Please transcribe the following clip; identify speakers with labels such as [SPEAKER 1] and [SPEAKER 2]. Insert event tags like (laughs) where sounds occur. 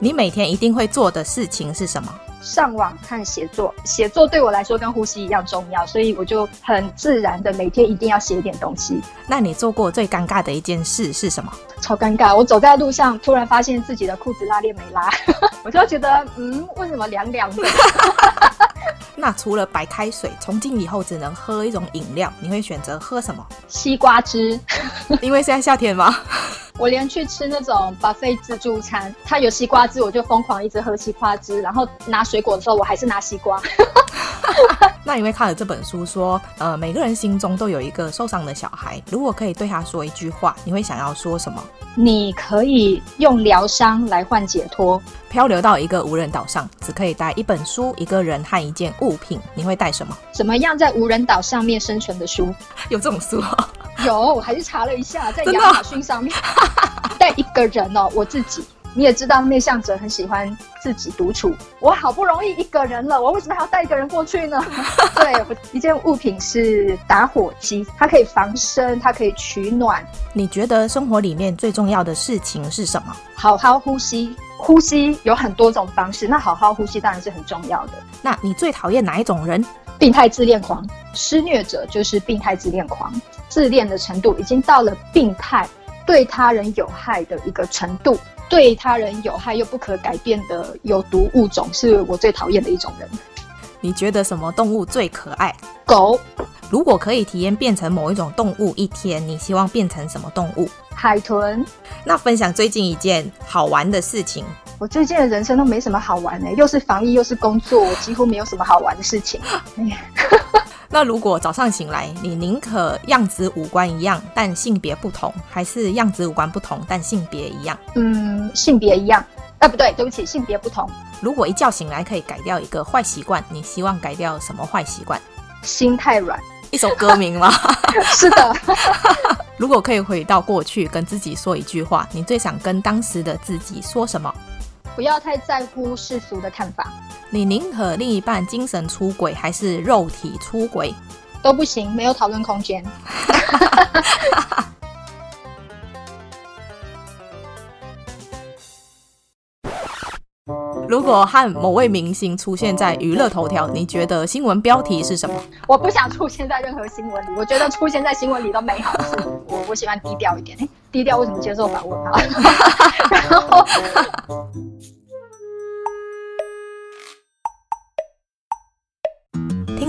[SPEAKER 1] 你每天一定会做的事情是什么？
[SPEAKER 2] 上网和写作，写作对我来说跟呼吸一样重要，所以我就很自然的每天一定要写一点东西。
[SPEAKER 1] 那你做过最尴尬的一件事是什么？
[SPEAKER 2] 超尴尬！我走在路上，突然发现自己的裤子拉链没拉， (laughs) 我就觉得，嗯，为什么凉凉的？
[SPEAKER 1] 那除了白开水，从今以后只能喝一种饮料，你会选择喝什么？
[SPEAKER 2] 西瓜汁，
[SPEAKER 1] 因为现在夏天嘛。 (laughs)
[SPEAKER 2] 我连去吃那种 buffet 自助餐，它有西瓜汁，我就疯狂一直喝西瓜汁，然后拿水果的时候，我还是拿西瓜。
[SPEAKER 1] 那因为看了这本书说，呃，每个人心中都有一个受伤的小孩，如果可以对他说一句话，你会想要说什么？
[SPEAKER 2] 你可以用疗伤来换解脱。
[SPEAKER 1] 漂流到一个无人岛上，只可以带一本书、一个人和一件物品，你会带什么？ (laughs)
[SPEAKER 2] 怎么样在无人岛上面生存的书？
[SPEAKER 1] 有这种书、哦？ (laughs)
[SPEAKER 2] 有，我还是查了一下，在
[SPEAKER 1] 真的
[SPEAKER 2] 亚马逊
[SPEAKER 1] (laughs)
[SPEAKER 2] 上面带一个人哦，我自己。你也知道，内向者很喜欢自己独处。我好不容易一个人了，我为什么还要带一个人过
[SPEAKER 1] (laughs)
[SPEAKER 2] 去呢？对，我一件物品是打火机，它可以防身，它可以取暖，
[SPEAKER 1] 你觉得生活里面最重要的事情是什么？
[SPEAKER 2] 好好呼吸。呼吸有很多种方式，那好好呼吸当然是很重要的。
[SPEAKER 1] 那你最讨厌哪一种人？
[SPEAKER 2] 病态自恋狂，施虐者就是病态自恋狂，自恋的程度已经到了病态，对他人有害的一个程度，对他人有害又不可改变的有毒物种，是我最讨厌的一种人。
[SPEAKER 1] 你觉得什么动物最可爱？
[SPEAKER 2] 狗、
[SPEAKER 1] 如果可以体验变成某一种动物一天，你希望变成什么动物？
[SPEAKER 2] 海豚，
[SPEAKER 1] 那分享最近一件好玩的事情，
[SPEAKER 2] 我最近的人生都没什么好玩欸的、又是防疫又是工作，我几乎没有什么好玩的事情。哎呀
[SPEAKER 1] 那如果早上醒来，你宁可样子五官一样，但性别不同，还是样子五官不同，但性别一样？
[SPEAKER 2] 嗯，性别一样，啊，不对，对不起，性别不同，
[SPEAKER 1] 如果一觉醒来可以改掉一个坏习惯，你希望改掉什么坏习惯？
[SPEAKER 2] 心太软。 (laughs)
[SPEAKER 1] 一首歌名吗？ (laughs)
[SPEAKER 2] 是的，
[SPEAKER 1] 如果可以回到过去，跟自己说一句话，你最想跟当时的自己说什么？
[SPEAKER 2] 不要太在乎世俗的看法。
[SPEAKER 1] 你宁可另一半精神出轨，还是肉体出轨？
[SPEAKER 2] 都不行，没有讨论空间。
[SPEAKER 1] 如果和某位明星出现在娱乐头条，你觉得新闻标题是什么？
[SPEAKER 2] 我不想出现在任何新闻里，我觉得出现在新闻里都没好事。我我喜欢低调一点。诶低调为什么接受访问啊？然后
[SPEAKER 3] 听